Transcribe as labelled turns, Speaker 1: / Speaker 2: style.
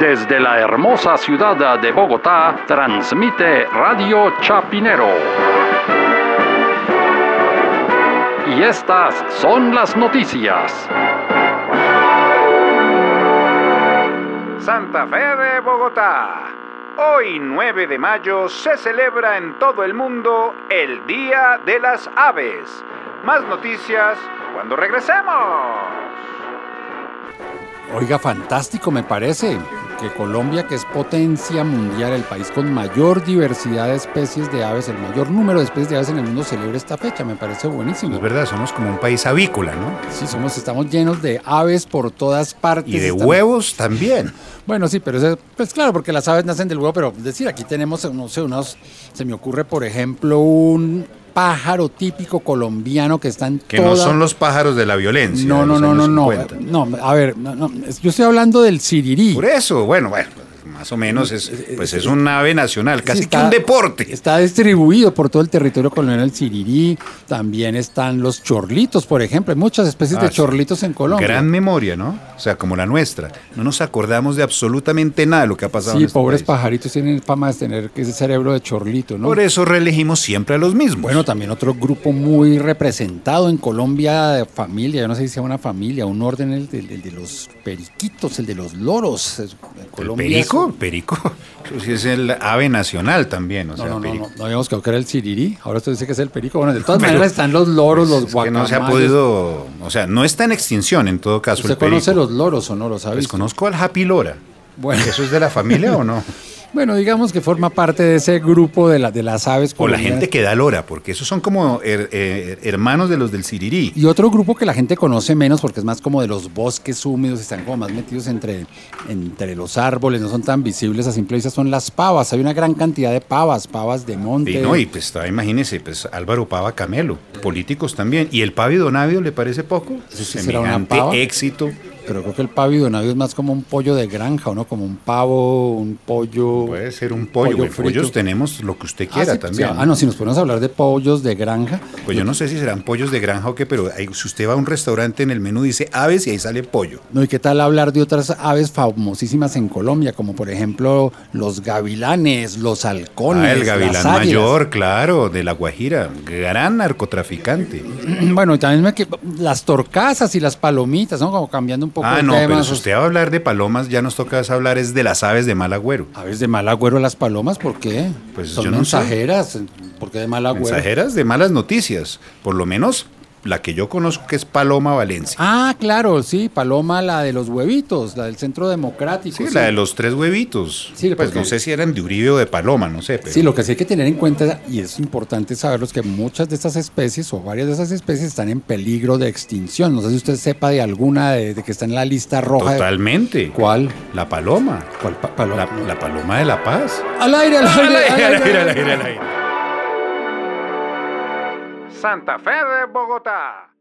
Speaker 1: Desde la hermosa ciudad de Bogotá, transmite Radio Chapinero. Y estas son las noticias.
Speaker 2: Santa Fe de Bogotá. Hoy 9 de mayo se celebra en todo el mundo el Día de las Aves. Más noticias cuando regresemos.
Speaker 3: Oiga, fantástico me parece que Colombia, que es potencia mundial, el país con mayor diversidad de especies de aves, el mayor número de especies de aves en el mundo, celebre esta fecha. Me parece buenísimo.
Speaker 4: Es verdad, somos como un país avícola, ¿no?
Speaker 3: Sí, somos, estamos llenos de aves por todas partes.
Speaker 4: Y de
Speaker 3: Estamos-
Speaker 4: huevos también.
Speaker 3: Bueno, sí, pero eso- pues claro, porque las aves nacen del huevo, pero es decir, aquí tenemos, no sé, unos, se me ocurre, por ejemplo, un pájaro típico colombiano que está en
Speaker 4: Que no
Speaker 3: todas-
Speaker 4: son los pájaros de la violencia.
Speaker 3: No,
Speaker 4: de
Speaker 3: no,
Speaker 4: los
Speaker 3: no, no,
Speaker 4: años
Speaker 3: no,
Speaker 4: 50.
Speaker 3: no, a ver, no, no, es- yo estoy hablando del sirirí.
Speaker 4: Por eso, bueno, bueno, más o menos es, pues es un ave nacional, casi
Speaker 3: Sí, está-
Speaker 4: que un deporte.
Speaker 3: Está distribuido por todo el territorio colombiano el sirirí, también están los chorlitos, por ejemplo, hay muchas especies
Speaker 4: Ah,
Speaker 3: de
Speaker 4: sí.
Speaker 3: chorlitos en Colombia.
Speaker 4: Gran memoria, ¿no? O sea, como la nuestra. No nos acordamos de absolutamente nada de lo que ha pasado en
Speaker 3: Sí,
Speaker 4: este
Speaker 3: pobres
Speaker 4: país.
Speaker 3: pajaritos tienen fama de tener ese cerebro de chorlito, ¿no?
Speaker 4: Por eso reelegimos siempre a los mismos.
Speaker 3: Bueno, también otro grupo muy representado en Colombia de familia, yo no sé si sea una familia, un orden, el de, el de los periquitos, el de los loros. Es-
Speaker 4: el
Speaker 3: Colombia es-
Speaker 4: perico, perico. Sí, es el ave nacional también, o sea,
Speaker 3: No, no, no,
Speaker 4: perico.
Speaker 3: no, no habíamos que era el sirirí, ahora usted dice que es el perico. Bueno, de todas
Speaker 4: Pero-
Speaker 3: maneras están los loros, los
Speaker 4: Es que no
Speaker 3: guacamayos.
Speaker 4: se ha podido, o sea, no está en extinción en todo caso
Speaker 3: ¿Usted
Speaker 4: el perico.
Speaker 3: conoce los loros o no los sabe?
Speaker 4: Pues conozco al Happy Lora.
Speaker 3: Bueno.
Speaker 4: ¿Eso es de la familia o no?
Speaker 3: Bueno, digamos que forma parte de ese grupo de, la- de las aves
Speaker 4: O la
Speaker 3: colombianas.
Speaker 4: gente que da Lora, porque esos son como her- eh, hermanos de los del Sirirí.
Speaker 3: Y otro grupo que la gente conoce menos porque es más como de los bosques húmedos, están como más metidos entre, entre los árboles, no son tan visibles a simple vista, son las pavas. Hay una gran cantidad de pavas, pavas de monte.
Speaker 4: Y no, y pues ah, imagínese, pues Álvaro Pava Camelo, políticos también. ¿Y el Pavido Navio le parece poco?
Speaker 3: ¿Ese sí será una
Speaker 4: Semejante
Speaker 3: pava?
Speaker 4: éxito.
Speaker 3: Pero creo que el pavido navio es más como un pollo de granja, ¿o ¿no? Como un pavo, un pollo.
Speaker 4: Puede ser un pollo.
Speaker 3: Pollo
Speaker 4: güey. pollos
Speaker 3: frito.
Speaker 4: tenemos lo que usted
Speaker 3: Ah,
Speaker 4: quiera
Speaker 3: sí,
Speaker 4: Pues, también.
Speaker 3: sí. Ah, no, si nos ponemos a hablar de pollos de granja.
Speaker 4: Pues yo no sé si serán pollos de granja o qué, pero ahí, si usted va a un restaurante en el menú dice aves y ahí sale pollo.
Speaker 3: No, ¿y qué tal hablar de otras aves famosísimas en Colombia? Como por ejemplo los gavilanes, los halcones.
Speaker 4: Ah, el
Speaker 3: las
Speaker 4: gavilán
Speaker 3: águilas?
Speaker 4: mayor, claro, de La Guajira, gran narcotraficante.
Speaker 3: Bueno, y también me que- las torcasas y las palomitas, ¿no? Como cambiando un poco
Speaker 4: Ah,
Speaker 3: el
Speaker 4: no,
Speaker 3: tema.
Speaker 4: pero si usted va a hablar de palomas, ya nos toca es hablar es de las aves de mal agüero.
Speaker 3: Aves de mal agüero las palomas, ¿por qué?
Speaker 4: Pues
Speaker 3: Son
Speaker 4: yo no sé.
Speaker 3: mensajeras, ¿por qué de mal agüero?
Speaker 4: Mensajeras de malas noticias, por lo menos la que yo conozco que es Paloma Valencia.
Speaker 3: Ah, claro, sí, paloma la de los huevitos, la del Centro Democrático.
Speaker 4: sí, la de los tres huevitos.
Speaker 3: pues Sí,
Speaker 4: pues
Speaker 3: porque-
Speaker 4: no sé si eran de Uribe o de Paloma, no sé, pero
Speaker 3: Sí, lo que sí hay que tener en cuenta, y es importante saberlo, es que muchas de estas especies o varias de esas especies están en peligro de extinción. No sé si usted sepa de alguna de, de que está en la lista roja. de-
Speaker 4: totalmente.
Speaker 3: ¿Cuál?
Speaker 4: La paloma.
Speaker 3: ¿Cuál pa- paloma?
Speaker 4: La, la paloma de la paz.
Speaker 3: Al aire, al aire, al aire,
Speaker 4: Al aire,
Speaker 3: al
Speaker 4: al
Speaker 3: aire.
Speaker 4: aire, al aire.
Speaker 2: Santa Fe de Bogotá.